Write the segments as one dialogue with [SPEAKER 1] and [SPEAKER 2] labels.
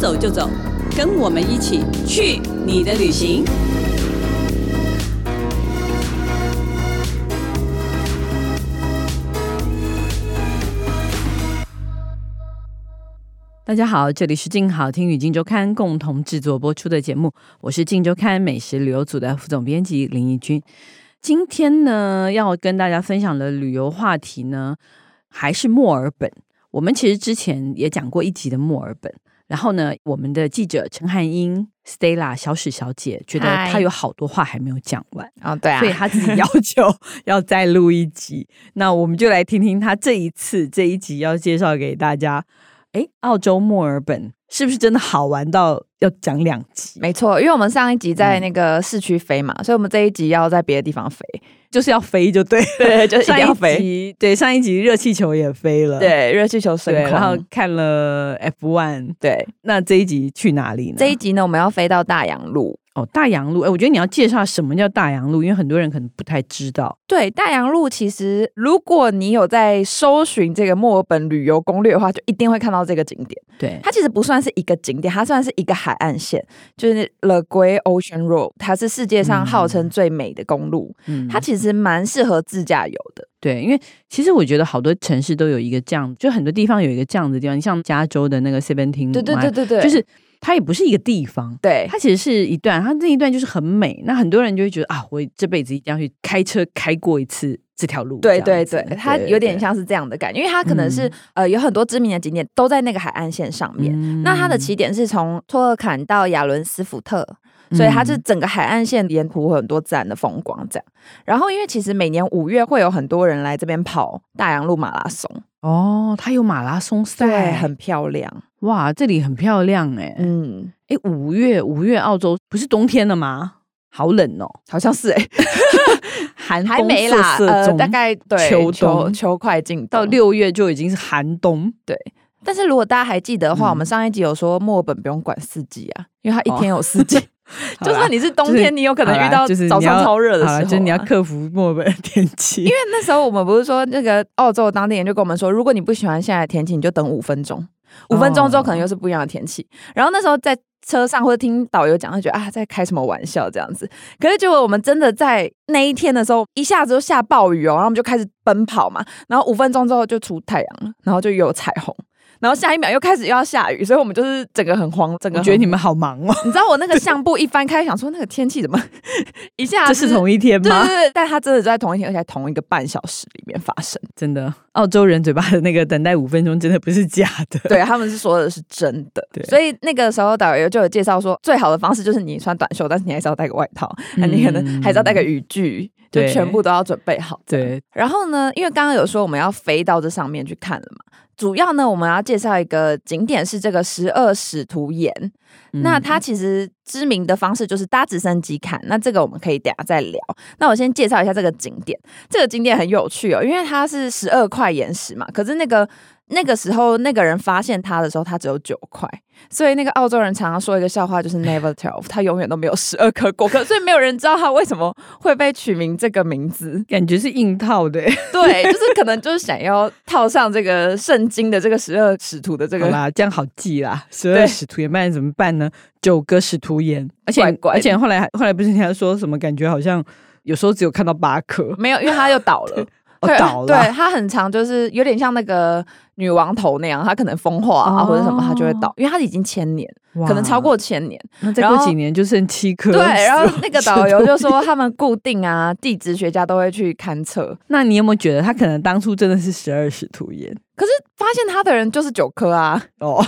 [SPEAKER 1] 走就走，跟我们一起去你的旅行。大家好，这里是静好听与静周刊共同制作播出的节目，我是静周刊美食旅游组的副总编辑林怡君。今天呢，要跟大家分享的旅游话题呢，还是墨尔本。我们其实之前也讲过一集的墨尔本，然后呢，我们的记者陈汉英 Stella 小史小姐觉得
[SPEAKER 2] 嗨
[SPEAKER 1] 她有好多话还没有讲完。
[SPEAKER 2] 哦，对啊
[SPEAKER 1] 所，以他自己要 求要再录一集。那我们就来听听他这一次这一集要介绍给大家，诶，澳洲墨尔本是不是真的好玩到要讲两集？
[SPEAKER 2] 没错，因为我们上一集在那个市区飞嘛，所以我们这一集要在别的地方飞，
[SPEAKER 1] 就是要飞就对了，
[SPEAKER 2] 对， 就是一定要
[SPEAKER 1] 上一
[SPEAKER 2] 飞，嗯
[SPEAKER 1] 集对上一集热气球也飞了，
[SPEAKER 2] 对，热气球升
[SPEAKER 1] 对，
[SPEAKER 2] 空，
[SPEAKER 1] 然后看了 F one，
[SPEAKER 2] 对，
[SPEAKER 1] 那这一集去哪里呢？
[SPEAKER 2] 这一集呢，我们要飞到大洋路。
[SPEAKER 1] 哦大洋路，诶，我觉得你要介绍什么叫大洋路，因为很多人可能不太知道。
[SPEAKER 2] 对，大洋路其实如果你有在搜寻这个墨尔本旅游攻略的话，就一定会看到这个景点。
[SPEAKER 1] 对，
[SPEAKER 2] 它其实不算是一个景点，它算是一个海岸线，就是 The Great Ocean Road，它是世界上号称最美的公路，
[SPEAKER 1] 嗯
[SPEAKER 2] 它其实蛮适合自驾游的。
[SPEAKER 1] 对，因为其实我觉得好多城市都有一个这样，就很多地方有一个这样的地方，你像加州的那个 Seventeen，
[SPEAKER 2] 对对对，对对，
[SPEAKER 1] 就是它也不是一个地方。
[SPEAKER 2] 对。
[SPEAKER 1] 它其实是一段，它那一段就是很美。那很多人就会觉得啊，我这辈子一定要去开车开过一次这条路。
[SPEAKER 2] 对
[SPEAKER 1] 这样
[SPEAKER 2] 对
[SPEAKER 1] 子嗯
[SPEAKER 2] 对，它有点，像是这样的感觉，因为它可能是、呃有很多知名的景点都在那个海岸线上
[SPEAKER 1] 对
[SPEAKER 2] 面。那它的
[SPEAKER 1] 嗯
[SPEAKER 2] 起点是从托尔坎到亚伦斯福特，所以它
[SPEAKER 1] 嗯
[SPEAKER 2] 是整个海岸线沿途很多自然的风光这样。然后因为其实每年五月会有很多人来这边跑大洋路马拉松，
[SPEAKER 1] 哦，它有马拉松
[SPEAKER 2] 对，
[SPEAKER 1] 赛，
[SPEAKER 2] 很漂亮。
[SPEAKER 1] 哇，这里很漂亮哎、诶
[SPEAKER 2] 嗯，
[SPEAKER 1] 哎、五月五月澳洲不是冬天了吗？好冷哦，
[SPEAKER 2] 好像是哎、
[SPEAKER 1] 寒
[SPEAKER 2] 还
[SPEAKER 1] 风
[SPEAKER 2] 没
[SPEAKER 1] 瑟
[SPEAKER 2] 啦，
[SPEAKER 1] 瑟
[SPEAKER 2] 呃，
[SPEAKER 1] 中
[SPEAKER 2] 大概对
[SPEAKER 1] 秋冬
[SPEAKER 2] 秋秋快进
[SPEAKER 1] 到
[SPEAKER 2] 冬
[SPEAKER 1] 六月就已经是寒冬。
[SPEAKER 2] 但是如果大家还记得的话，
[SPEAKER 1] 嗯
[SPEAKER 2] 我们上一集有说墨尔本不用管四季啊，因为它
[SPEAKER 1] 哦
[SPEAKER 2] 一天有四 季，就算你是冬
[SPEAKER 1] 就是
[SPEAKER 2] 天，你有可能
[SPEAKER 1] 好啦
[SPEAKER 2] 遇到
[SPEAKER 1] 就是你
[SPEAKER 2] 早上
[SPEAKER 1] 要
[SPEAKER 2] 超热的时候、
[SPEAKER 1] 好
[SPEAKER 2] 啊
[SPEAKER 1] 啦就是你要克服墨尔本的天气，因为
[SPEAKER 2] 因为那时候我们不是说那个澳洲当地人就跟我们说，如果你不喜欢现在的天气，你就等五分钟，五分钟之后可能又是不一样的天气。然后那时候在车上或者听导游讲，就觉得啊，在开什么玩笑这样子。可是结果我们真的在那一天的时候，一下子就下暴雨哦，然后我们就开始奔跑嘛，然后五分钟之后就出太阳了，然后就有彩虹。然后下一秒又开始又要下雨，所以我们就是整个很慌，整个
[SPEAKER 1] 我
[SPEAKER 2] 很啊
[SPEAKER 1] 觉得你们好忙哦，
[SPEAKER 2] 你知道我那个相簿一翻开，想说那个天气怎么 一下
[SPEAKER 1] 这
[SPEAKER 2] 子
[SPEAKER 1] 是同一天
[SPEAKER 2] 对对
[SPEAKER 1] 吗？
[SPEAKER 2] 对，但它真的在同一天，而且在同一个半小时里面发生。
[SPEAKER 1] 真的，澳洲人嘴巴的那个等待五分钟真的不是假的。
[SPEAKER 2] 对，他们是说的是真的
[SPEAKER 1] 对。
[SPEAKER 2] 所以那个时候导游就有介绍说，最好的方式就是你穿短袖，但是你还是要带个外套，那、你可能还是要带个雨具，就
[SPEAKER 1] 对
[SPEAKER 2] 全部都要准备好。
[SPEAKER 1] 对，
[SPEAKER 2] 然后呢，因为刚刚有说我们要飞到这上面去看了嘛，主要呢我们要介绍一个景点是这个十二使徒岩。那
[SPEAKER 1] 嗯
[SPEAKER 2] 它其实知名的方式就是搭直升机看，那这个我们可以等下再聊。那我先介绍一下这个景点，这个景点很有趣哦，因为它是十二块岩石嘛，可是那个那个时候那个人发现它的时候，它只有九块，所以那个澳洲人常常说一个笑话，就是 never twelve，它永远都没有十二颗果壳，所以没有人知道它为什么会被取名这个名字。
[SPEAKER 1] 感觉是硬套的。
[SPEAKER 2] 对，就是可能就是想要套上这个圣经的这个十二使徒的这
[SPEAKER 1] 好
[SPEAKER 2] 个。
[SPEAKER 1] 啦，这样好记啦。十
[SPEAKER 2] 对
[SPEAKER 1] 二使徒岩，不然怎么办呢？九个使徒岩，而且
[SPEAKER 2] 怪怪的
[SPEAKER 1] 而且后来后来不是人家说什么感觉好像有时候只有看到八颗，
[SPEAKER 2] 没有，因为它又倒了，
[SPEAKER 1] 哦
[SPEAKER 2] 对
[SPEAKER 1] 倒了，
[SPEAKER 2] 对，它很长，就是有点像那个女王头那样，它可能风化啊、
[SPEAKER 1] 哦
[SPEAKER 2] 或者什么，它就会倒，因为它已经千年，
[SPEAKER 1] 哇
[SPEAKER 2] 可能超。过千 年。
[SPEAKER 1] 那再
[SPEAKER 2] 然
[SPEAKER 1] 过
[SPEAKER 2] 后
[SPEAKER 1] 几年就剩七颗。
[SPEAKER 2] 对，然后那个导游
[SPEAKER 1] 就。
[SPEAKER 2] 就说，他们固定啊，地质学家都会去勘测，
[SPEAKER 1] 那你有没有觉得他可能当初真的是十二使徒岩？
[SPEAKER 2] 可是发现它的人就是九颗啊，
[SPEAKER 1] 哦，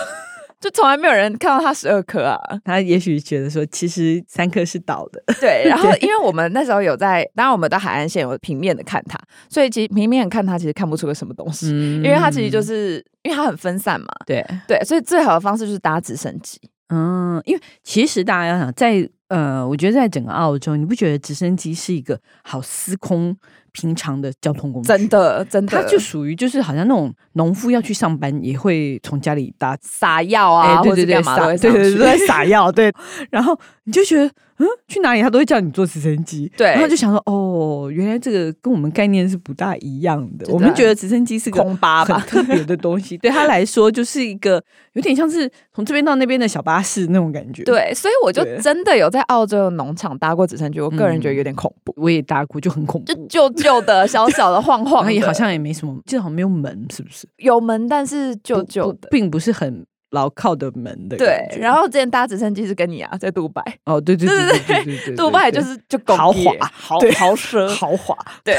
[SPEAKER 2] 就从来没有人看到它十二颗 啊。
[SPEAKER 1] 他也许觉得说，其实三颗是倒的。
[SPEAKER 2] 对，然后因为我们那时候有在，当然我们到海岸线有平面的看它，所以其实平面看它其实看不出个什么东西，
[SPEAKER 1] 嗯
[SPEAKER 2] 因为它其实就是因为它很分散嘛，
[SPEAKER 1] 对，
[SPEAKER 2] 对，所以最好的方式就是搭直升机。
[SPEAKER 1] 嗯，因为其实大家要想，在呃，我觉得在整个澳洲，你不觉得直升机是一个好司空平常的交通工具。
[SPEAKER 2] 真的真的，
[SPEAKER 1] 它就属于就是好像那种农夫要去上班也会从家里搭
[SPEAKER 2] 撒药
[SPEAKER 1] 哎、
[SPEAKER 2] 啊，
[SPEAKER 1] 对对对，
[SPEAKER 2] 或者干嘛
[SPEAKER 1] 撒
[SPEAKER 2] 都会
[SPEAKER 1] 对
[SPEAKER 2] 上
[SPEAKER 1] 对
[SPEAKER 2] 去
[SPEAKER 1] 对都在 撒药，对。然后你就觉得，嗯，去哪里他都会叫你坐直升机，
[SPEAKER 2] 对
[SPEAKER 1] 然后就想说，哦，原来这个跟我们概念是不大一样的。
[SPEAKER 2] 对
[SPEAKER 1] 我们觉得直升机是个
[SPEAKER 2] 空巴
[SPEAKER 1] 很
[SPEAKER 2] 吧，
[SPEAKER 1] 特别的东西，对他来说就是一个有点像是从这边到那边的小巴士那种感觉。，
[SPEAKER 2] 对，所以我就
[SPEAKER 1] 对
[SPEAKER 2] 真的有在澳洲的农场搭过直升机，我个人觉得有点恐怖，
[SPEAKER 1] 我也搭过，嗯就很恐
[SPEAKER 2] 就
[SPEAKER 1] 怖。
[SPEAKER 2] 旧旧的、小小的、晃
[SPEAKER 1] 然
[SPEAKER 2] 晃
[SPEAKER 1] 后
[SPEAKER 2] 的，
[SPEAKER 1] 也好像也没什么，记得好像没有门，是不是？
[SPEAKER 2] 有门，但是旧旧
[SPEAKER 1] 不不
[SPEAKER 2] 的。
[SPEAKER 1] 并不是很牢靠的门的
[SPEAKER 2] 对
[SPEAKER 1] 感觉。，
[SPEAKER 2] 然后之前搭直升机是跟你啊，在杜拜，
[SPEAKER 1] 哦，对对对对
[SPEAKER 2] 对
[SPEAKER 1] 对对对对，
[SPEAKER 2] 杜拜
[SPEAKER 1] 对
[SPEAKER 2] 就是就工
[SPEAKER 1] 豪
[SPEAKER 2] 业
[SPEAKER 1] 华
[SPEAKER 2] 豪
[SPEAKER 1] 对
[SPEAKER 2] 豪奢，
[SPEAKER 1] 豪华，
[SPEAKER 2] 对。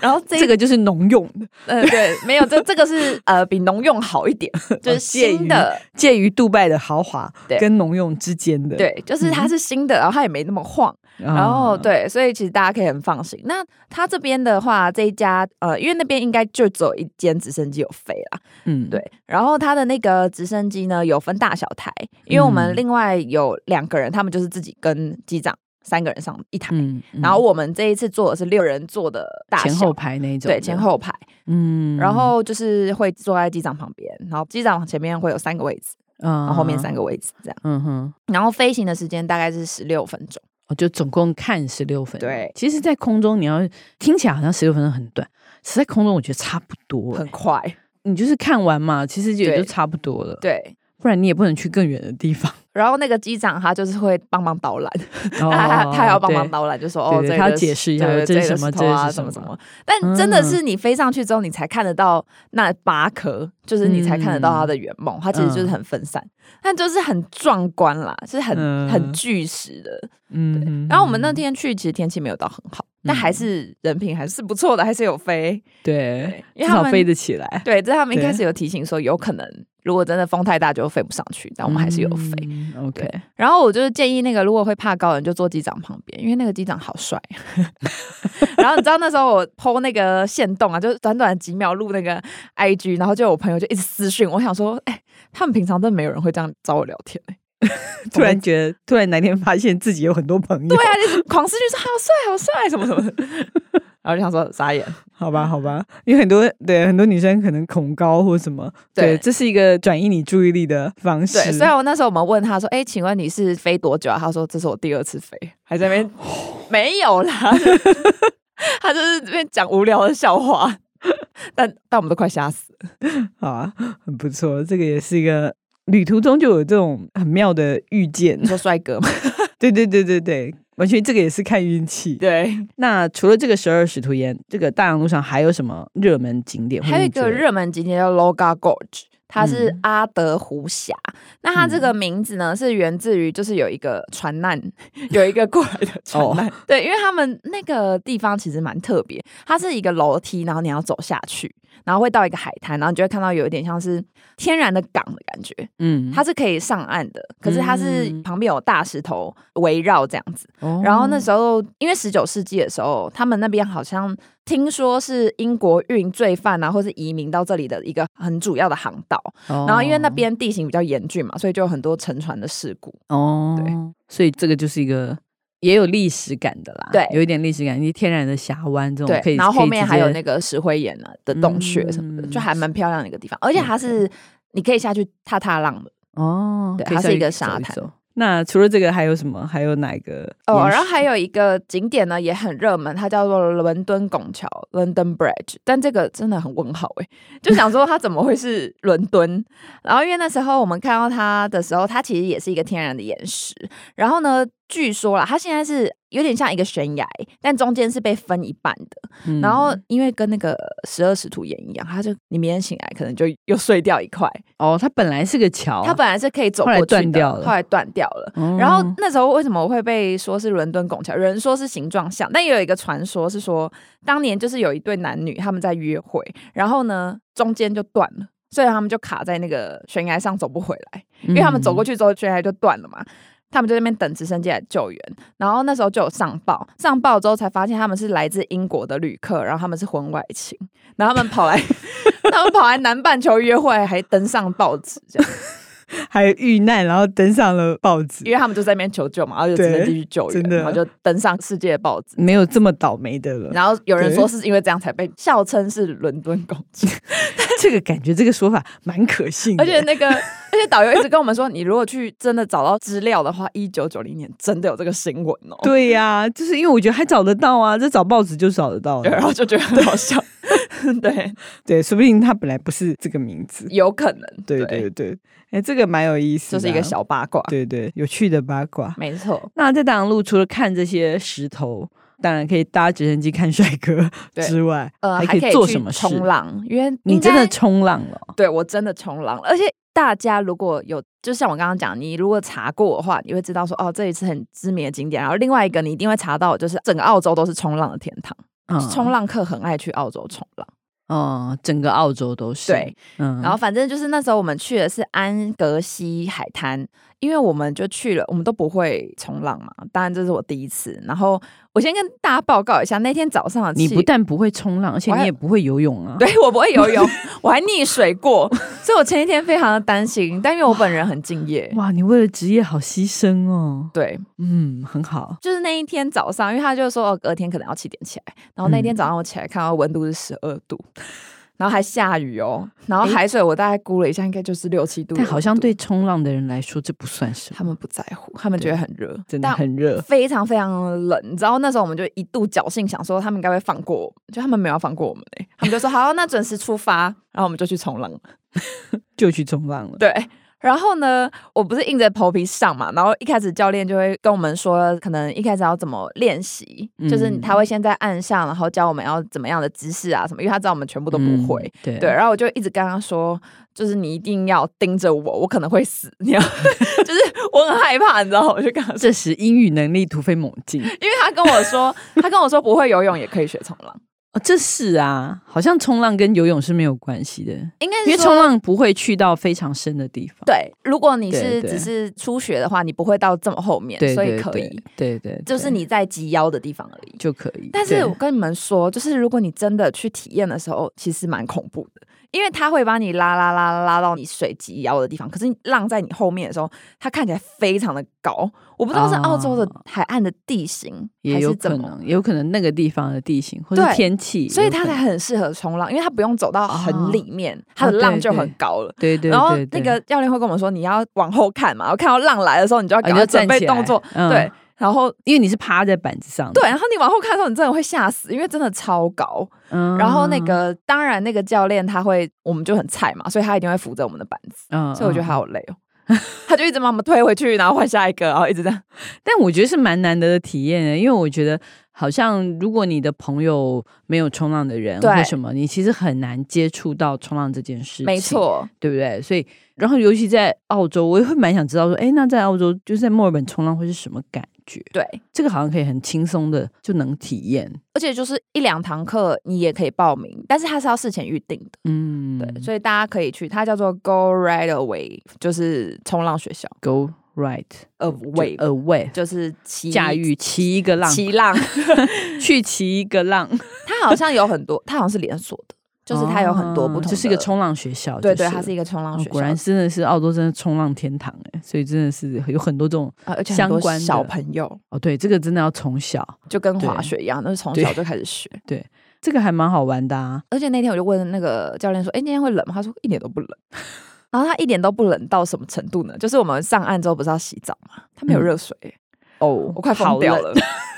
[SPEAKER 2] 然后这
[SPEAKER 1] 这
[SPEAKER 2] 个
[SPEAKER 1] 个就是农用的，
[SPEAKER 2] 呃对，没有这这个是呃比农用好 一点，就是
[SPEAKER 1] 介于
[SPEAKER 2] 新的，
[SPEAKER 1] 介于杜拜的豪华
[SPEAKER 2] 对
[SPEAKER 1] 跟农用之间的。
[SPEAKER 2] 对，就是
[SPEAKER 1] 嗯
[SPEAKER 2] 它是新的，然后它也没那么晃。
[SPEAKER 1] 啊，
[SPEAKER 2] 然后哦对，所以其实大家可以很放心。那他这边的话，这一家呃，因为那边应该就只有一间直升机有飞啦，
[SPEAKER 1] 嗯，
[SPEAKER 2] 对。然后他的那个直升机呢，有分大小台，因为我们
[SPEAKER 1] 嗯
[SPEAKER 2] 另外有两个人，他们就是自己跟机长三个人上一台，
[SPEAKER 1] 嗯，嗯
[SPEAKER 2] 然后我们这一次坐的是六人坐的大
[SPEAKER 1] 前
[SPEAKER 2] 小
[SPEAKER 1] 后排那一种，
[SPEAKER 2] 对前，后排，
[SPEAKER 1] 嗯，
[SPEAKER 2] 然后就是会坐在机长旁边，然后机长前面会有三个位置，然
[SPEAKER 1] 啊
[SPEAKER 2] 后后面三，个位置这样，
[SPEAKER 1] 嗯哼。
[SPEAKER 2] 然后飞行的时间大概是十六分钟。
[SPEAKER 1] 我就总共看十六分钟
[SPEAKER 2] 对
[SPEAKER 1] 其实，在空中你要听起来好像十六分钟很短，实在空中我觉得差不多、欸
[SPEAKER 2] 很快，
[SPEAKER 1] 你就是看完嘛，其实也
[SPEAKER 2] 对
[SPEAKER 1] 就差不多了。，
[SPEAKER 2] 对。
[SPEAKER 1] 不然你也不能去更远的地方。
[SPEAKER 2] 然后那个机长他就是会帮忙导览，
[SPEAKER 1] 哦
[SPEAKER 2] 他 他要帮忙
[SPEAKER 1] 对
[SPEAKER 2] 导览，就说哦，
[SPEAKER 1] 对对
[SPEAKER 2] 这个
[SPEAKER 1] 他
[SPEAKER 2] 是
[SPEAKER 1] 解释一下
[SPEAKER 2] 对
[SPEAKER 1] 这
[SPEAKER 2] 这
[SPEAKER 1] 是
[SPEAKER 2] 个
[SPEAKER 1] 什么
[SPEAKER 2] 头啊
[SPEAKER 1] 这是什
[SPEAKER 2] 什
[SPEAKER 1] 么嗯
[SPEAKER 2] 么什么。但真的是你飞上去之后，你才看得到那八颗，就是你才看得到
[SPEAKER 1] 嗯
[SPEAKER 2] 它的原貌，它其实就是很分散，但就是很壮观啦，是很
[SPEAKER 1] 嗯
[SPEAKER 2] 很巨石的。
[SPEAKER 1] 嗯哼
[SPEAKER 2] 然后我们那天去，其实天气没有到很好，但还是人品还是不错的，还是有飞。
[SPEAKER 1] 对，
[SPEAKER 2] 因为
[SPEAKER 1] 至
[SPEAKER 2] 他
[SPEAKER 1] 少
[SPEAKER 2] 们
[SPEAKER 1] 飞得起来。
[SPEAKER 2] 对，这他们一
[SPEAKER 1] 对
[SPEAKER 2] 开始有提醒说，有可能如果真的风太大就飞不上去， 但我们还是有飞。
[SPEAKER 1] 嗯 OK，
[SPEAKER 2] 对然后我就是建议那个，如果会怕高的人，就坐机长旁边，因为那个机长好帅。 然后你知道那时候我剖那个线动啊，就是短短几秒录那个 IG，然后就有朋友就一直私讯，我想说，哎、他们平常真的没有人会这样找我聊天、欸，
[SPEAKER 1] 突然觉得，突然哪天发现自己有很多朋友。
[SPEAKER 2] 对啊，就是狂私讯说好帅好帅什么什么的， 然后就想说傻眼，
[SPEAKER 1] 好吧，好吧，因为很多对很多女生可能恐高或什么，对，
[SPEAKER 2] 对
[SPEAKER 1] 这是一个转移你注意力的方式。
[SPEAKER 2] 对，虽然我那时候我们问他说，哎、请问你是飞多久啊？他说这是我第二次飞，还在那边没有 啦，他就是这边讲无聊的笑话，但但我们都快吓死了。
[SPEAKER 1] 好啊， 很不错，这个也是一个旅途中就有这种很妙的遇见
[SPEAKER 2] 你。说帅哥吗？
[SPEAKER 1] 对对对对对，完全这个也是看运气。
[SPEAKER 2] 对，
[SPEAKER 1] 那除了这个十二使徒岩，这个大洋路上还有什么热门景点？
[SPEAKER 2] 还有一个，热门景点叫 Loga Gorge。它是
[SPEAKER 1] 嗯
[SPEAKER 2] 阿德湖峡，那它这个名字呢是源自于就是有一个船难， 有一个过来 的
[SPEAKER 1] 哦
[SPEAKER 2] 船难，对，因为他们那个地方其实蛮特别，它是一个楼梯，然后你要走下去，然后会到一个海滩，然后你就会看到有一点像是天然的港的感觉，
[SPEAKER 1] 嗯，
[SPEAKER 2] 它是可以上岸的，可是它是
[SPEAKER 1] 嗯
[SPEAKER 2] 旁边有大石头围绕这样子，
[SPEAKER 1] 哦
[SPEAKER 2] 然后那时候，因为十九世纪的时候，他们那边好像听说是英国运罪犯啊，或是移民到这里的一个很主要的航道。
[SPEAKER 1] 哦
[SPEAKER 2] 然后因为那边地形比较严峻嘛，所以就有很多沉船的事故。
[SPEAKER 1] 哦，
[SPEAKER 2] 对，
[SPEAKER 1] 所以这个就是一个也有历史感的啦，
[SPEAKER 2] 对
[SPEAKER 1] 有一点历史感，因为天然的峡湾这哦种可
[SPEAKER 2] 对
[SPEAKER 1] 以，，
[SPEAKER 2] 然后后
[SPEAKER 1] 可以
[SPEAKER 2] 面
[SPEAKER 1] 直
[SPEAKER 2] 还有
[SPEAKER 1] 接
[SPEAKER 2] 那个石灰岩啊的洞穴什么的，
[SPEAKER 1] 嗯
[SPEAKER 2] 就还蛮漂亮的一个地方。而且它是你可以下去踏踏浪的
[SPEAKER 1] 哦，
[SPEAKER 2] 对
[SPEAKER 1] 可以
[SPEAKER 2] 它
[SPEAKER 1] 下
[SPEAKER 2] 是一
[SPEAKER 1] 去
[SPEAKER 2] 个
[SPEAKER 1] 走
[SPEAKER 2] 沙滩
[SPEAKER 1] 走那除了这个还有什么？还有哪个延续？
[SPEAKER 2] 哦。然后还有一个景点呢也很热门，它叫做伦敦拱桥 （London Bridge），但这个真的很问号哎、就想说它怎么会是伦敦？ 然后因为那时候我们看到它的时候，它其实也是一个天然的岩石。然后呢，据说啦，它现在是有点像一个悬崖，但中间是被分一半的。
[SPEAKER 1] 嗯
[SPEAKER 2] 然后因为跟那个十二使徒岩一样，它就你明天醒来可能就又碎掉一块。
[SPEAKER 1] 哦，它本来是个桥，
[SPEAKER 2] 它本来是可以走
[SPEAKER 1] 后
[SPEAKER 2] 过
[SPEAKER 1] 来
[SPEAKER 2] 去的，
[SPEAKER 1] 断掉了
[SPEAKER 2] 后来断掉了。
[SPEAKER 1] 哦
[SPEAKER 2] 然后那时候为什么会被说是伦敦拱桥？有人说是形状像，但也有一个传说是说，当年就是有一对男女他们在约会，然后呢中间就断了，所以他们就卡在那个悬崖上走不回来，因为他们走过
[SPEAKER 1] 去，
[SPEAKER 2] 去之后悬崖就断了嘛。他们就在那边等直升机来救援，然后那时候就有上报，上报之后才发现他们是来自英国的旅客，然后他们是婚外情， 然后他们跑来，他们跑来南半球约会，还登上报纸，这样。
[SPEAKER 1] 嗯还有遇难，然后登上了报纸
[SPEAKER 2] 因，为他们就在那边求救嘛，然后就只能继续救
[SPEAKER 1] 对
[SPEAKER 2] 援，
[SPEAKER 1] 真的嗯
[SPEAKER 2] 然后就登上世界报纸。
[SPEAKER 1] 没有这么倒霉的了。
[SPEAKER 2] 然后有人说是因为这样才被笑称是伦敦公主，
[SPEAKER 1] 这个感觉，这个说法蛮可信的。
[SPEAKER 2] 而且那个而且导游一直跟我们说，你如果去真的找到资料的话，一九九零年真的有这个新闻哦。
[SPEAKER 1] 对呀、就是因为我觉得还找得到啊，这找报纸就找得到
[SPEAKER 2] 对，然
[SPEAKER 1] 了。
[SPEAKER 2] 后就觉得很好笑， 对，
[SPEAKER 1] 对，说不定他本来不是这个名 字。
[SPEAKER 2] 有可能，
[SPEAKER 1] 对对对，哎，这个蛮有意思的啊、
[SPEAKER 2] 就是一个小八卦，
[SPEAKER 1] 对对有趣的八卦。
[SPEAKER 2] 没错，
[SPEAKER 1] 那在大洋路除了看这些石头，当然可以搭直升机看帅哥
[SPEAKER 2] 对
[SPEAKER 1] 之外，
[SPEAKER 2] 呃，
[SPEAKER 1] 还
[SPEAKER 2] 还
[SPEAKER 1] 可以
[SPEAKER 2] 可以
[SPEAKER 1] 做
[SPEAKER 2] 去
[SPEAKER 1] 什么事
[SPEAKER 2] 冲浪，因为
[SPEAKER 1] 你
[SPEAKER 2] 应
[SPEAKER 1] 真
[SPEAKER 2] 该
[SPEAKER 1] 的冲浪了哦。
[SPEAKER 2] 对我真的冲浪了，而且大家如果有，就像我刚刚讲，你如果查过的话，你会知道说，哦，这里是很知名的景点。然后另外一个，你一定会查到，就是整个澳洲都是冲浪的天堂，
[SPEAKER 1] 嗯
[SPEAKER 2] 冲浪客很爱去澳洲冲浪。
[SPEAKER 1] 哦、整个澳洲都是
[SPEAKER 2] 对，
[SPEAKER 1] 嗯
[SPEAKER 2] 然后反正就是那时候我们去的是安格西海滩，因为我们就去了，我们都不会冲浪嘛，当然这是我第一次。然后我先跟大家报告一下，那天早上的
[SPEAKER 1] 你
[SPEAKER 2] 气
[SPEAKER 1] 不但不会冲浪，而且
[SPEAKER 2] 我还
[SPEAKER 1] 你也不会游泳啊。
[SPEAKER 2] 对我不会游泳，我还溺水过，所以我前一天非常的担心，但因为我本人很敬业，
[SPEAKER 1] 哇，你为了职业好牺牲哦。
[SPEAKER 2] 对。
[SPEAKER 1] 嗯，很好。
[SPEAKER 2] 就是那一天早上，因为他就说、哦、隔天可能要七点起来，然后那天
[SPEAKER 1] 嗯
[SPEAKER 2] 早上我起来看到温度是十二度，然后还下雨哦，然后海水我大概估了一下，应该就是六七度的
[SPEAKER 1] 但
[SPEAKER 2] 温度，
[SPEAKER 1] 好像对冲浪的人来说，这不算什么，
[SPEAKER 2] 他们不在乎，他们觉得很热，
[SPEAKER 1] 真的
[SPEAKER 2] 但
[SPEAKER 1] 很热。
[SPEAKER 2] 非常非常冷，你知道那时候我们就一度侥幸想说他们应该会放过我们，就他们没有要放过我们、欸、他们就说好，那准时出发，然后我们就去冲浪，
[SPEAKER 1] 就去冲浪了。
[SPEAKER 2] 对。然后呢，我不是硬着头皮上嘛，然后一开始教练就会跟我们说，可能一开始要怎么练习，
[SPEAKER 1] 嗯
[SPEAKER 2] 就是他会先在岸上，然后教我们要怎么样的姿势啊什么，因为他知道我们全部都不会。
[SPEAKER 1] 嗯对
[SPEAKER 2] 对，然后我就一直跟他说，就是你一定要盯着我，我可能会死，你 要，就是我很害怕，你知道吗，我就跟他说，
[SPEAKER 1] 这时英语能力突飞猛 进
[SPEAKER 2] 因为他跟我说，他跟我说不会游泳也可以学冲浪，
[SPEAKER 1] 哦，这是啊，好像冲浪跟游泳是没有关系的，
[SPEAKER 2] 应该
[SPEAKER 1] 因为
[SPEAKER 2] 是
[SPEAKER 1] 冲
[SPEAKER 2] 说。
[SPEAKER 1] 浪不会去到非常深的地方。
[SPEAKER 2] 对，如果你是
[SPEAKER 1] 对对
[SPEAKER 2] 只是初学的话，你不会到这么后面，所以可以，，
[SPEAKER 1] 对对对，对
[SPEAKER 2] 就是你在及腰的地方而已。
[SPEAKER 1] 就可以。
[SPEAKER 2] 但是
[SPEAKER 1] 对
[SPEAKER 2] 我跟你们说，就是如果你真的去体验的时候，其实蛮恐怖的，因为它会把你拉拉拉拉到你水及腰的地方，可是你浪在你后面的时候，它看起来非常的高。我不知道是
[SPEAKER 1] 哦
[SPEAKER 2] 澳洲的海岸的地形、
[SPEAKER 1] 也
[SPEAKER 2] 还
[SPEAKER 1] 有
[SPEAKER 2] 是怎
[SPEAKER 1] 可
[SPEAKER 2] 么，
[SPEAKER 1] 能，有可能那个地方的地形或者
[SPEAKER 2] 对
[SPEAKER 1] 天气，
[SPEAKER 2] 所以
[SPEAKER 1] 有可
[SPEAKER 2] 它才
[SPEAKER 1] 能
[SPEAKER 2] 很适合冲浪，因为它不用走到很里面，它
[SPEAKER 1] 哦
[SPEAKER 2] 的浪
[SPEAKER 1] 对
[SPEAKER 2] 就很
[SPEAKER 1] 对
[SPEAKER 2] 高了。
[SPEAKER 1] 对对。
[SPEAKER 2] 然后
[SPEAKER 1] 对对
[SPEAKER 2] 那个教练会跟我们说，你要往后看嘛，然后看到浪来的时候，你就要
[SPEAKER 1] 啊
[SPEAKER 2] 赶
[SPEAKER 1] 你
[SPEAKER 2] 快
[SPEAKER 1] 就
[SPEAKER 2] 准
[SPEAKER 1] 站
[SPEAKER 2] 备
[SPEAKER 1] 起来
[SPEAKER 2] 动作，，对
[SPEAKER 1] 嗯，
[SPEAKER 2] 然后
[SPEAKER 1] 因为你是趴在板子上的，
[SPEAKER 2] 对，然后你往后看的时候，你真的会吓死，因为真的超高。
[SPEAKER 1] 嗯，
[SPEAKER 2] 然后那个当然那个教练他会，我们就很菜嘛，所以他一定会扶着我们的板子，
[SPEAKER 1] 嗯，嗯，
[SPEAKER 2] 所以我觉得
[SPEAKER 1] 嗯
[SPEAKER 2] 他好累哦。他就一直把我们推回去，然后换下一个，然后一直这样。
[SPEAKER 1] 但我觉得是蛮难得的体验的，因为我觉得好像如果你的朋友没有冲浪的人
[SPEAKER 2] 对
[SPEAKER 1] 或什么，你其实很难接触到冲浪这件事情，
[SPEAKER 2] 没，错，
[SPEAKER 1] 对不对？所以，然后尤其在澳洲，我也会蛮想知道说，哎，那在澳洲就是在墨尔本冲浪会是什么感觉？
[SPEAKER 2] 对，
[SPEAKER 1] 这个好像可以很轻松的就能体验，
[SPEAKER 2] 而且就是一两堂课你也可以报名，但是它是要事前预定的，
[SPEAKER 1] 嗯，
[SPEAKER 2] 对，所以大家可以去，它叫做 Go Right Away，就是冲浪学校
[SPEAKER 1] ，Go right
[SPEAKER 2] ，Away
[SPEAKER 1] away，
[SPEAKER 2] 就是骑
[SPEAKER 1] 驾驭骑一个浪，
[SPEAKER 2] 骑浪，
[SPEAKER 1] 去骑一个浪，
[SPEAKER 2] 它好像有很多，它好像是连锁的，就是它有很多不同的，
[SPEAKER 1] 这哦是一个冲浪学校，
[SPEAKER 2] 对
[SPEAKER 1] 就
[SPEAKER 2] 对，
[SPEAKER 1] 了
[SPEAKER 2] 它是一个冲浪
[SPEAKER 1] 哦
[SPEAKER 2] 学校，
[SPEAKER 1] 果然真的是澳洲，真的冲浪天堂哎，所以真的是有很多这种
[SPEAKER 2] 啊而且很
[SPEAKER 1] 相
[SPEAKER 2] 多
[SPEAKER 1] 关的
[SPEAKER 2] 小朋友
[SPEAKER 1] 哦，对，这个真的要从小，
[SPEAKER 2] 就跟滑
[SPEAKER 1] 对
[SPEAKER 2] 雪一样，都是从
[SPEAKER 1] 对
[SPEAKER 2] 小就开始学。
[SPEAKER 1] 这个还蛮好玩的啊。
[SPEAKER 2] 而且那天我就问那个教练说：“哎、那天会冷吗？”他说：“一点都不冷。” 然后他一点都不冷到什么程度呢？就是我们上岸之后不是要洗澡嘛，他没有
[SPEAKER 1] 嗯
[SPEAKER 2] 热水、欸
[SPEAKER 1] 哦
[SPEAKER 2] 我快疯掉了。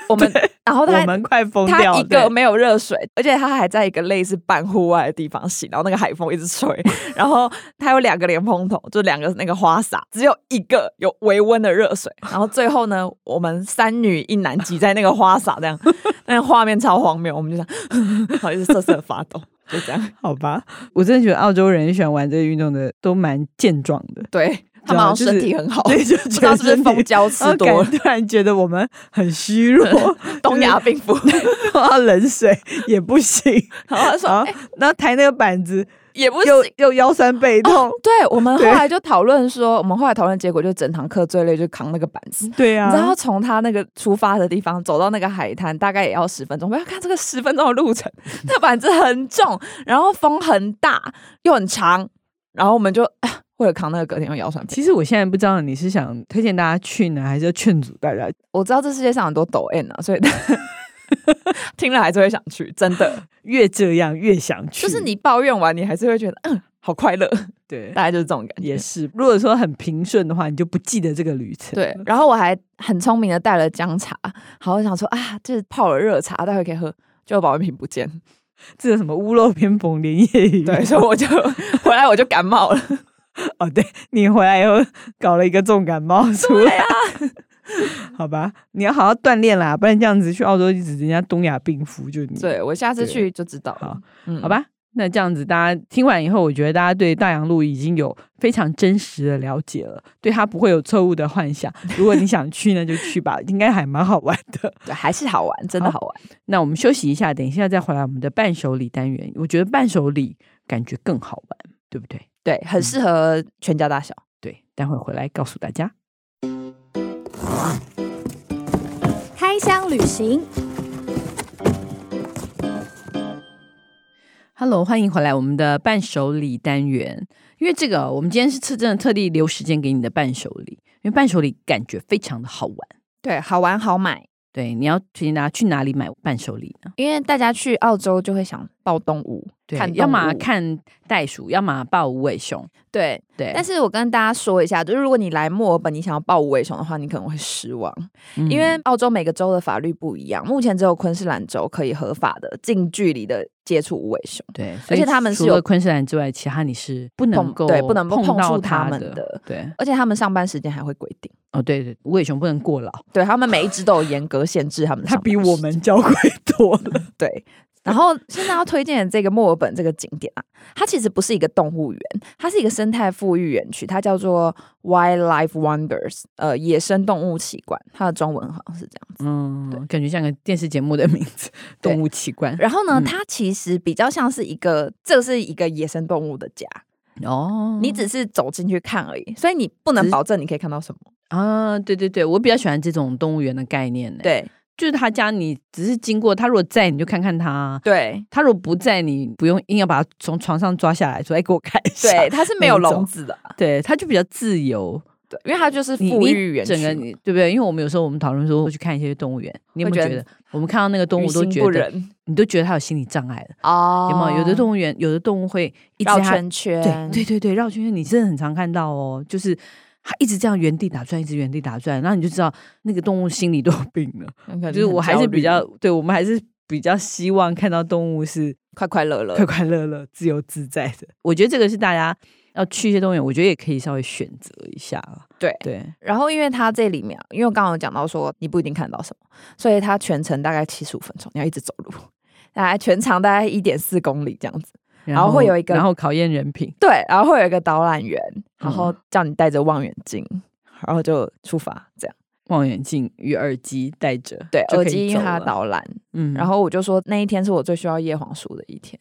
[SPEAKER 2] 我们， 然后
[SPEAKER 1] 我
[SPEAKER 2] 他
[SPEAKER 1] 们快疯掉
[SPEAKER 2] 他
[SPEAKER 1] 了。
[SPEAKER 2] 一个没有热水，而且他还在一个类似半户外的地方洗，然后那个海风一直 吹，然后他有两个连风筒，就两个那个花洒，只有一个有微温的热水。然后最后呢，我们三女一男挤在那个花洒，这 样，那个画面超荒谬，我们就这样，然后一直瑟瑟发抖，就这 样。
[SPEAKER 1] 好吧，我真的觉得澳洲人喜欢玩这个运动的都蛮健壮的，
[SPEAKER 2] 对他们好像身体很好，
[SPEAKER 1] 啊 对，就
[SPEAKER 2] 哦不知道是不是蜂胶吃多了，
[SPEAKER 1] 突然哦觉得我们很虚弱，
[SPEAKER 2] 东亚病夫。
[SPEAKER 1] 碰到冷水也不行，
[SPEAKER 2] 然后他说、
[SPEAKER 1] 啊
[SPEAKER 2] 哎，
[SPEAKER 1] 然后抬那个板子
[SPEAKER 2] 也不行
[SPEAKER 1] 又。又腰酸背痛，
[SPEAKER 2] 对我们后
[SPEAKER 1] 对
[SPEAKER 2] 来就讨论说，我们后来讨论结果就整堂课最累就扛那个板子，
[SPEAKER 1] 对
[SPEAKER 2] 你
[SPEAKER 1] 啊，
[SPEAKER 2] 知道从他那个出发的地方走到那个海滩，大概也要十分钟。我要看这个十分钟的 路程，那板子很重，然后风很大又很长，然后我们就啊或者扛那个隔天用腰酸背。
[SPEAKER 1] 其实我现在不知道你是想推荐大家去呢，还是要劝阻大家？
[SPEAKER 2] 我知道这世界上很多抖 N 啊，所以 听了还是会想去，真 的。
[SPEAKER 1] 越这样越想去，
[SPEAKER 2] 就是你抱怨完，你还是会觉得嗯，好快 乐，
[SPEAKER 1] 对
[SPEAKER 2] 大概就是这种感觉。
[SPEAKER 1] 也是。如果说很平顺的话，你就不记得这个旅 程。
[SPEAKER 2] 对，然后我还很聪明的带了姜茶，好，我想说啊，就是泡了热茶，待会可以喝，结果保温瓶不见，
[SPEAKER 1] 这个什么屋漏偏逢连夜雨，
[SPEAKER 2] 对，所以我就 回来我就感冒了。
[SPEAKER 1] 哦，对你回来以后搞了一个重感冒出来，啊 好吧？你要好好锻炼啦，不然这样子去澳洲一直人家东亚病夫就你。
[SPEAKER 2] 对我下次
[SPEAKER 1] 对
[SPEAKER 2] 去就知道了，嗯
[SPEAKER 1] 好，吧。那这样子，大家听完以后，我觉得大家对大洋路已经有非常真实的了解了，对它不会有错误的幻想。如果你想去呢，就去吧，应该还蛮好玩的。
[SPEAKER 2] 对，还是好玩，真的好玩。
[SPEAKER 1] 那我们休息一下，等一下再回来我们的伴手礼单元。我觉得伴手礼感觉更好玩，对不对？
[SPEAKER 2] 对，很适合全家大小。
[SPEAKER 1] 对，待会回来告诉大家。
[SPEAKER 3] 开箱旅行，
[SPEAKER 1] Hello，欢迎回来我们的伴手礼单元。因为这个，我们今天是特真的特地留时间给你的伴手礼，因为伴手礼感觉非常的好玩。
[SPEAKER 2] 对，好玩好买，
[SPEAKER 1] 对，你要推荐大家去哪里买伴手礼呢？
[SPEAKER 2] 因为大家去澳洲就会想抱动物，
[SPEAKER 1] 对，
[SPEAKER 2] 看
[SPEAKER 1] 要
[SPEAKER 2] 动
[SPEAKER 1] 么
[SPEAKER 2] 物
[SPEAKER 1] 看袋鼠，要么抱无尾熊。
[SPEAKER 2] 对。
[SPEAKER 1] 对，
[SPEAKER 2] 但是我跟大家说一下，就是如果你来墨尔本，你想要抱无尾熊的话，你可能会失望，
[SPEAKER 1] 嗯
[SPEAKER 2] 因为澳洲每个州的法律不一样，目前只有昆士兰州可以合法的近距离的接触无尾熊。
[SPEAKER 1] 对，
[SPEAKER 2] 而且他们
[SPEAKER 1] 除
[SPEAKER 2] 是有
[SPEAKER 1] 了昆士兰之外，其他你是不能
[SPEAKER 2] 碰
[SPEAKER 1] 够
[SPEAKER 2] 对不能够
[SPEAKER 1] 碰
[SPEAKER 2] 碰
[SPEAKER 1] 到
[SPEAKER 2] 触它
[SPEAKER 1] 它
[SPEAKER 2] 们
[SPEAKER 1] 的
[SPEAKER 2] 的。
[SPEAKER 1] 对，
[SPEAKER 2] 而且他们上班时间还会规定，
[SPEAKER 1] 哦对对，无尾熊不能过劳，
[SPEAKER 2] 对他们每一只都有严格限制他们的
[SPEAKER 1] 它
[SPEAKER 2] 上班时
[SPEAKER 1] 比
[SPEAKER 2] 间。
[SPEAKER 1] 我们娇贵多了。
[SPEAKER 2] 对。然后现在要推荐的这个墨尔本这个景点啊，它其实不是一个动物园，它是一个生态富裕园区，它叫做 Wildlife Wonders，呃，野生动物奇观，它的中文好像是这样子。
[SPEAKER 1] 嗯，感觉像个电视节目的名字，《
[SPEAKER 2] 对
[SPEAKER 1] 动物奇观》
[SPEAKER 2] 然后呢，
[SPEAKER 1] 嗯
[SPEAKER 2] 它其实比较像是一个，这是一个野生动物的家，
[SPEAKER 1] 哦。
[SPEAKER 2] 你只是走进去看而已，所以你不能
[SPEAKER 1] 只是
[SPEAKER 2] 保证你可以看到什么。
[SPEAKER 1] 啊，对对对，我比较喜欢这种动物园的概念呢。，
[SPEAKER 2] 对
[SPEAKER 1] 就是他家你只是经过，他如果在你就看看他，
[SPEAKER 2] 对
[SPEAKER 1] 他如果不在你不用硬要把他从床上抓下来说，哎，给我看一下。
[SPEAKER 2] 对，它是没有
[SPEAKER 1] 那种
[SPEAKER 2] 笼子的啊，
[SPEAKER 1] 对，他就比较自由。
[SPEAKER 2] 对，因为它就是
[SPEAKER 1] 你
[SPEAKER 2] 富裕园
[SPEAKER 1] 你整个
[SPEAKER 2] 区，
[SPEAKER 1] 你对不对？因为我们有时候我们讨论说会去看一些动物园，你有没有
[SPEAKER 2] 会觉
[SPEAKER 1] 觉
[SPEAKER 2] 得
[SPEAKER 1] 得我们看到那个动
[SPEAKER 2] 于
[SPEAKER 1] 物都
[SPEAKER 2] 心
[SPEAKER 1] 觉
[SPEAKER 2] 不
[SPEAKER 1] 得
[SPEAKER 2] 忍
[SPEAKER 1] 你都觉得它有心理障碍了，
[SPEAKER 2] 哦
[SPEAKER 1] 有没有？有的动物园有的动物会一直
[SPEAKER 2] 绕
[SPEAKER 1] 在它
[SPEAKER 2] 圈圈，
[SPEAKER 1] 对对对对，绕圈圈你真的很常看到哦，就是它一直这样原地打转，一直原地打转，然后你就知道那个动物心里都有病了。
[SPEAKER 2] 对
[SPEAKER 1] 就是我还是比较，对我们还是比较希望看到动物是
[SPEAKER 2] 快快乐乐
[SPEAKER 1] 快，快乐乐、自由自在的。我觉得这个是大家要去一些动物园，我觉得也可以稍微选择一下啊。
[SPEAKER 2] 对
[SPEAKER 1] 对，
[SPEAKER 2] 然后因为它这里面，因为我刚刚有讲到说你不一定看到什么，所以它全程大概七十五分钟，你要一直走 路，大概全长大概一点四公里这样子。然后会有一个
[SPEAKER 1] 然后考验人品。
[SPEAKER 2] 对，然后会有一个导览员，然后叫你带着望远镜，然后就出发这样。
[SPEAKER 1] 望远镜与耳机戴着，
[SPEAKER 2] 对，
[SPEAKER 1] 就
[SPEAKER 2] 耳
[SPEAKER 1] 可以
[SPEAKER 2] 机因为
[SPEAKER 1] 走
[SPEAKER 2] 它
[SPEAKER 1] 了，
[SPEAKER 2] 导览，
[SPEAKER 1] 嗯
[SPEAKER 2] 然后我就说那一天是我最需要叶黄素的一天。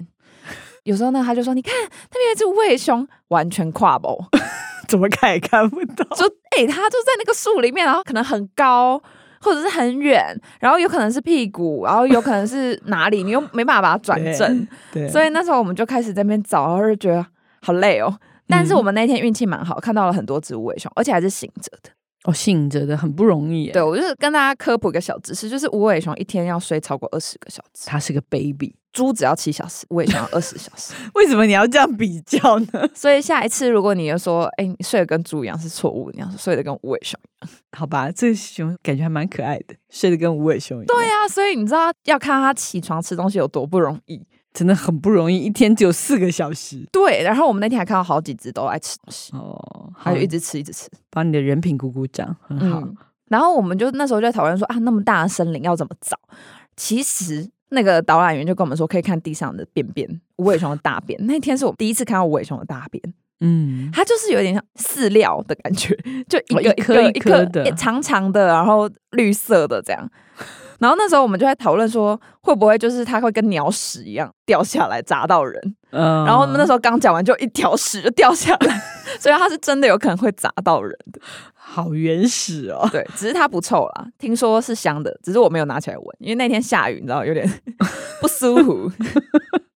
[SPEAKER 2] 有时候呢，他就说：“你看那边有一只无尾熊，完全跨步，
[SPEAKER 1] 怎么看也看不到，
[SPEAKER 2] 就哎、欸，它就在那个树里面，然后可能很高，或者是很远，然后有可能是屁股，然后有可能 是哪里，你又没办法把它转正，
[SPEAKER 1] 对，
[SPEAKER 2] 所以那时候我们就开始在那边找，然后就觉得好累哦。但
[SPEAKER 1] 嗯
[SPEAKER 2] 是我们那天运气蛮好，看到了很多植物尾熊，而且还是醒着的。
[SPEAKER 1] 哦，醒着的很不容易耶。
[SPEAKER 2] 对，我就是跟大家科普一个小知识，就是无尾熊一天要睡超过二十个小时，
[SPEAKER 1] 他是个 baby，
[SPEAKER 2] 猪只要七小时，无尾熊要二十小 时。
[SPEAKER 1] 为什么你要这样比较呢？
[SPEAKER 2] 所以下一次如果你就说，哎、你睡得跟猪一样是错误，你要睡得跟无尾熊。
[SPEAKER 1] 好吧，这熊感觉还蛮可爱的，睡得跟无尾熊一样，
[SPEAKER 2] 对呀、所以你知道要看它起床吃东西有多不容易。
[SPEAKER 1] 真的很不容易，一天只有四个小时。
[SPEAKER 2] 对，然后我们那天还看到好几只都爱吃东西，
[SPEAKER 1] 哦，
[SPEAKER 2] 它
[SPEAKER 1] 好，
[SPEAKER 2] 就一直吃一直吃。
[SPEAKER 1] 帮你的人品鼓鼓掌，很好。
[SPEAKER 2] 嗯，然后我们就那时候就在讨论说啊，那么大的森林要怎么找？其实那个导览员就跟我们说，可以看地上的便便，无尾熊的大便。那天是我第一次看到无尾熊的大便，
[SPEAKER 1] 嗯，
[SPEAKER 2] 它就是有点像饲料的感觉，就一
[SPEAKER 1] 哦
[SPEAKER 2] 个
[SPEAKER 1] 一
[SPEAKER 2] 一
[SPEAKER 1] 颗
[SPEAKER 2] 个
[SPEAKER 1] 一颗的
[SPEAKER 2] 诶长长的，然后绿色的这样。然后那时候我们就在讨论说，会不会就是它会跟鸟屎一样掉下来砸到人？
[SPEAKER 1] 呃
[SPEAKER 2] 然后那时候刚讲完，就一条屎就 掉下来，所以它是真的有可能会砸 到人的。
[SPEAKER 1] 呃好原始哦，
[SPEAKER 2] 对，只是它不臭啦，听说是香的，只是我没有 拿起来闻，因为那天下雨，你知道有点不舒服。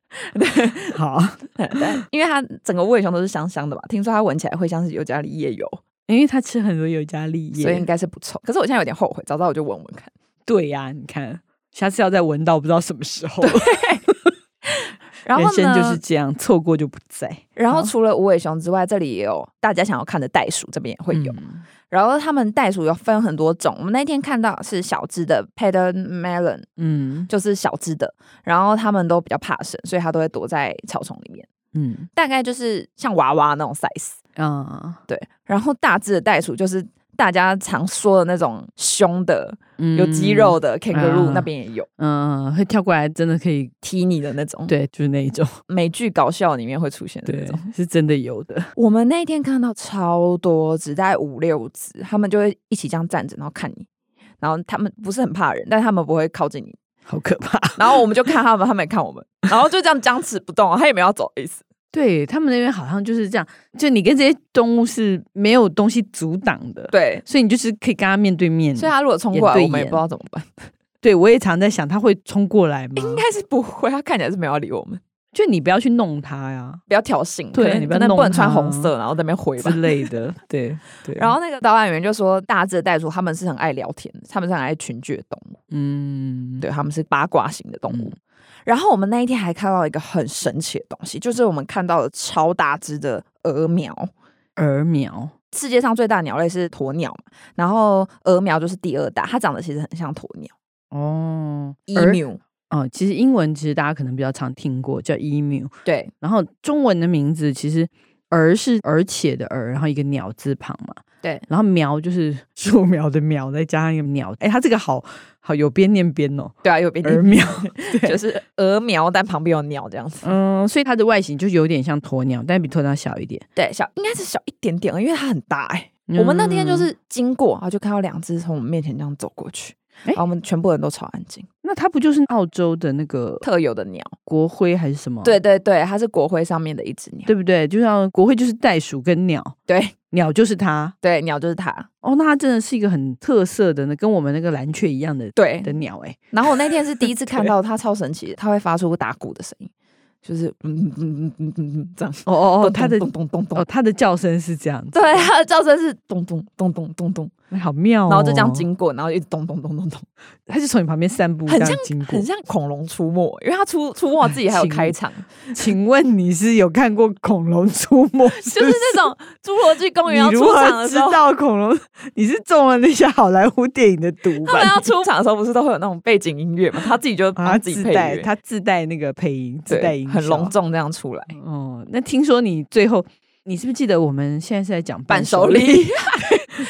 [SPEAKER 1] 好，
[SPEAKER 2] 但因为它整个味熊都是香香的嘛，听说它闻起来会像是尤加利叶油，
[SPEAKER 1] 因为他吃很多尤加利
[SPEAKER 2] 所以应
[SPEAKER 1] 叶。
[SPEAKER 2] 该是不臭。可是我现在有点后悔，早知道我就闻闻看。
[SPEAKER 1] 对呀、你看，下次要再闻到不知道什么时候了。
[SPEAKER 2] 然后
[SPEAKER 1] 人
[SPEAKER 2] 呢，
[SPEAKER 1] 生就是这样，错过就不在。
[SPEAKER 2] 然后
[SPEAKER 1] 好
[SPEAKER 2] 除了无尾熊之外，这里也有大家想要看的袋鼠，这边也会有。
[SPEAKER 1] 嗯
[SPEAKER 2] 然后他们袋鼠有分很多种，我们那天看到是小只的 p a t t e r n melon，
[SPEAKER 1] 嗯
[SPEAKER 2] 就是小只的，然后他们都比较怕生，所以它都会躲在草丛里面，
[SPEAKER 1] 嗯
[SPEAKER 2] 大概就是像娃娃那种 size。
[SPEAKER 1] 啊
[SPEAKER 2] 对，然后大只的袋鼠就是大家常说的那种凶的、
[SPEAKER 1] 嗯
[SPEAKER 2] 有肌肉的 kangaroo，、
[SPEAKER 1] 啊
[SPEAKER 2] 那边也有
[SPEAKER 1] 嗯，会跳过来，真的可以，
[SPEAKER 2] 踢你的那种，，
[SPEAKER 1] 对，就是那一种，
[SPEAKER 2] 美剧搞笑里面会出现的那
[SPEAKER 1] 对
[SPEAKER 2] 种。，
[SPEAKER 1] 是真的有的。
[SPEAKER 2] 我们那一天看到超多只，大概五六只，他们就会一起这样站着，然后看你。然后他们不是很怕人，但他们不会靠近你。
[SPEAKER 1] 好可怕！
[SPEAKER 2] 然后我们就看他们，他们也看我们，然后就这样僵持不动，啊他也没有要走的意思。
[SPEAKER 1] 对他们那边好像就是这样，就你跟这些动物是没有东西阻挡的，，
[SPEAKER 2] 对，
[SPEAKER 1] 所以你就是可以跟它面对面。
[SPEAKER 2] 所以他如果冲过
[SPEAKER 1] 眼
[SPEAKER 2] 来，
[SPEAKER 1] 对
[SPEAKER 2] 我们也
[SPEAKER 1] 眼
[SPEAKER 2] 不知道怎么办。
[SPEAKER 1] 对我也常在想，它会冲过来吗？
[SPEAKER 2] 应该是不会，他看起来是没有要理我们。
[SPEAKER 1] 就你不要去弄它呀
[SPEAKER 2] 不要啊挑衅，
[SPEAKER 1] 对
[SPEAKER 2] 可能
[SPEAKER 1] 你不要
[SPEAKER 2] 可能不
[SPEAKER 1] 弄
[SPEAKER 2] 能穿
[SPEAKER 1] 他
[SPEAKER 2] 红色，然后在那边挥
[SPEAKER 1] 之
[SPEAKER 2] 吧。
[SPEAKER 1] 类的， 对对。
[SPEAKER 2] 然后那个导览员就说，大只的袋鼠他们是很爱聊天的，他们是很爱群居的动物，
[SPEAKER 1] 嗯，
[SPEAKER 2] 对，他们是八卦型的动物。
[SPEAKER 1] 嗯
[SPEAKER 2] 然后我们那一天还看到一个很神奇的东西，就是我们看到了超大只的鹅苗。
[SPEAKER 1] 鹅苗，
[SPEAKER 2] 世界上最大的鸟类是鸵鸟嘛，然后鹅苗就是第二大，它长得其实很像鸵鸟 E
[SPEAKER 1] 哦
[SPEAKER 2] emu，
[SPEAKER 1] 哦，其实英文其实大家可能比较常听过叫 emu，
[SPEAKER 2] 对
[SPEAKER 1] 然后中文的名字其实儿是而且的儿，然后一个鸟字旁嘛，
[SPEAKER 2] 对，
[SPEAKER 1] 然后苗就是 树苗的苗，再加上一个鸟，哎，它这个好好有边念边哦，
[SPEAKER 2] 对啊，有边
[SPEAKER 1] 儿苗，
[SPEAKER 2] 就
[SPEAKER 1] 对，
[SPEAKER 2] 是鹅苗，但旁边有鸟这样子，
[SPEAKER 1] 嗯，所以它的外形就有点像鸵鸟，但比鸵鸟小一点。
[SPEAKER 2] 对，小应该是小一点点，因为它很大哎、我们那天就
[SPEAKER 1] 嗯，
[SPEAKER 2] 是经过，然后就看到两只从我们面前这样走过去，
[SPEAKER 1] 诶
[SPEAKER 2] 然后我们全部人都超安静。
[SPEAKER 1] 那它不就是澳洲的那个
[SPEAKER 2] 特有的鸟，
[SPEAKER 1] 国徽还是什么？
[SPEAKER 2] 对对对，它是国徽上面的一只鸟，
[SPEAKER 1] 对不对？就像国徽就是袋鼠跟鸟，
[SPEAKER 2] 对
[SPEAKER 1] 鸟就是它。
[SPEAKER 2] 对，鸟就是它。
[SPEAKER 1] 哦，那它真的是一个很特色的呢，跟我们那个蓝雀一样的
[SPEAKER 2] 对
[SPEAKER 1] 的鸟哎、
[SPEAKER 2] 然后我那天是第一次看到它，超神奇的，它会发出打鼓的声音，就是嗯嗯嗯嗯嗯嗯这样。
[SPEAKER 1] 哦哦哦，
[SPEAKER 2] 咚
[SPEAKER 1] 它的
[SPEAKER 2] 咚咚咚咚
[SPEAKER 1] 哦
[SPEAKER 2] 咚，
[SPEAKER 1] 它的叫声是这样子，
[SPEAKER 2] 对，它的叫声是咚咚咚咚咚咚，
[SPEAKER 1] 哎好妙、哦。
[SPEAKER 2] 然后就这样经过，然后一直咚咚咚咚咚，
[SPEAKER 1] 它就从你旁边散步，
[SPEAKER 2] 很
[SPEAKER 1] 这
[SPEAKER 2] 像
[SPEAKER 1] 样经过
[SPEAKER 2] 很。像恐龙出没，因为它出出没自己还有
[SPEAKER 1] 请
[SPEAKER 2] 开场，
[SPEAKER 1] 请问你是有看过恐龙出没？
[SPEAKER 2] 就是那种侏罗纪公园要
[SPEAKER 1] 你如
[SPEAKER 2] 出场
[SPEAKER 1] 何
[SPEAKER 2] 的
[SPEAKER 1] 知
[SPEAKER 2] 时候，
[SPEAKER 1] 道恐龙？你是中了那些好莱坞电影的毒
[SPEAKER 2] 他们
[SPEAKER 1] 吧？
[SPEAKER 2] 要出场的时候，不是都会有那种背景音乐嘛？他自己就
[SPEAKER 1] 啊，
[SPEAKER 2] 帮自己
[SPEAKER 1] 自
[SPEAKER 2] 配
[SPEAKER 1] 带
[SPEAKER 2] 乐，
[SPEAKER 1] 他自带那个配音，自带
[SPEAKER 2] 对
[SPEAKER 1] 音，
[SPEAKER 2] 很
[SPEAKER 1] 效
[SPEAKER 2] 隆重这样出来。
[SPEAKER 1] 哦，那听说你最后，你是不是记得我们现在是在讲
[SPEAKER 2] 伴
[SPEAKER 1] 手
[SPEAKER 2] 手礼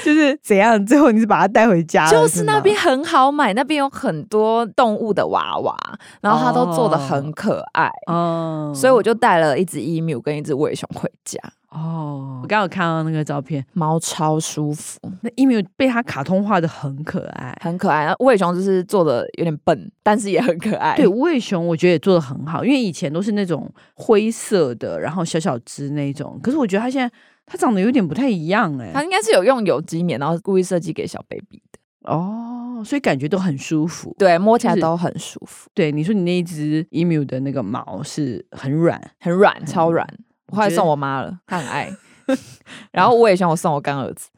[SPEAKER 1] 就是怎样？最后你是把它带回家了，
[SPEAKER 2] 就是
[SPEAKER 1] 吗
[SPEAKER 2] 那边很好买，那边有很多动物的娃娃，然后它都做的很可爱，
[SPEAKER 1] 哦，
[SPEAKER 2] 所以我就带了一只 emu 跟一只尾熊回家，
[SPEAKER 1] 哦，我刚有看到那个照片，
[SPEAKER 2] 猫超舒服，
[SPEAKER 1] 那 emu 被它卡通化的很可爱。
[SPEAKER 2] 很可爱。尾熊就是做的有点笨，但是也很可爱。
[SPEAKER 1] 对，无尾熊我觉得也做的很好，因为以前都是那种灰色的，然后小小只那种，可是我觉得它现在它长得有点不太一样哎、
[SPEAKER 2] 它应该是有用有机棉，然后故意设计给小 baby 的，
[SPEAKER 1] 哦，所以感觉都很舒服。
[SPEAKER 2] 对，摸起来
[SPEAKER 1] 就是
[SPEAKER 2] 都很舒服，
[SPEAKER 1] 对，你说你那一只 emu 的那个毛是很软，
[SPEAKER 2] 很软，超软。我后来
[SPEAKER 1] 觉得
[SPEAKER 2] 送我妈了，她很爱。 然后我也想我送我干儿子，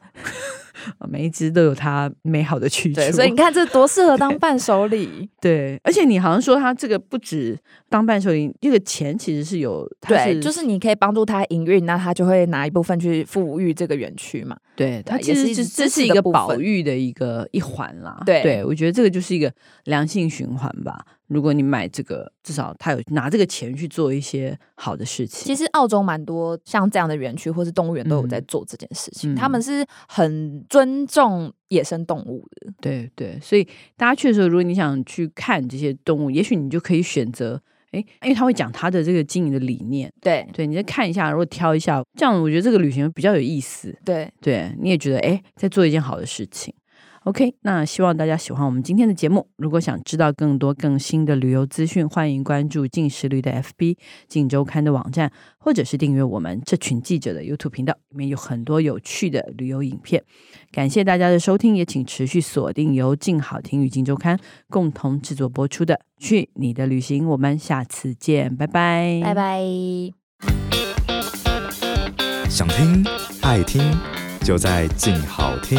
[SPEAKER 1] 呃每一只都有它美好的去处。
[SPEAKER 2] 对，所以你看这多适合当伴手礼，
[SPEAKER 1] 对，而且你好像说它这个不止当伴手礼，这个钱其实是有，它
[SPEAKER 2] 对，就是你可以帮助他营运，那他就会拿一部分去富裕这个园区嘛。
[SPEAKER 1] 对它
[SPEAKER 2] 对
[SPEAKER 1] 其
[SPEAKER 2] 也
[SPEAKER 1] 实
[SPEAKER 2] 是一
[SPEAKER 1] 是
[SPEAKER 2] 直
[SPEAKER 1] 这
[SPEAKER 2] 支
[SPEAKER 1] 是
[SPEAKER 2] 持
[SPEAKER 1] 一
[SPEAKER 2] 的
[SPEAKER 1] 个
[SPEAKER 2] 部
[SPEAKER 1] 保
[SPEAKER 2] 分
[SPEAKER 1] 育的一个一环啦。
[SPEAKER 2] 对
[SPEAKER 1] 我觉得这个就是一个良性循环吧。如果你买这个，至少它有拿这个钱去做一些好的事情。
[SPEAKER 2] 其实澳洲蛮多像这样的园区或是动物园都有在做这件事情，
[SPEAKER 1] 嗯
[SPEAKER 2] 他们是很尊重野生动物的。
[SPEAKER 1] 对对，所以大家去的时候，如果你想去看这些动物，也许你就可以选择，诶，因为他会讲他的这个经营的理念，
[SPEAKER 2] 对
[SPEAKER 1] 对，你再看一下，如果挑一下，这样我觉得这个旅行比较有意思。
[SPEAKER 2] 对，
[SPEAKER 1] 对，你也觉得哎，诶在做一件好的事情。 OK，那希望大家喜欢我们今天的节目。如果想知道更多更新的旅游资讯，欢迎关注进食旅的 FB、进周刊的网站，或者是订阅我们这群记者的 YouTube 频道，里面有很多有趣的旅游影片。感谢大家的收听，也请持续锁定由静好听与静周刊共同制作播出的《去你的旅行》，我们下次见，拜拜，
[SPEAKER 2] 拜拜。
[SPEAKER 4] 想听爱听，就在静好听。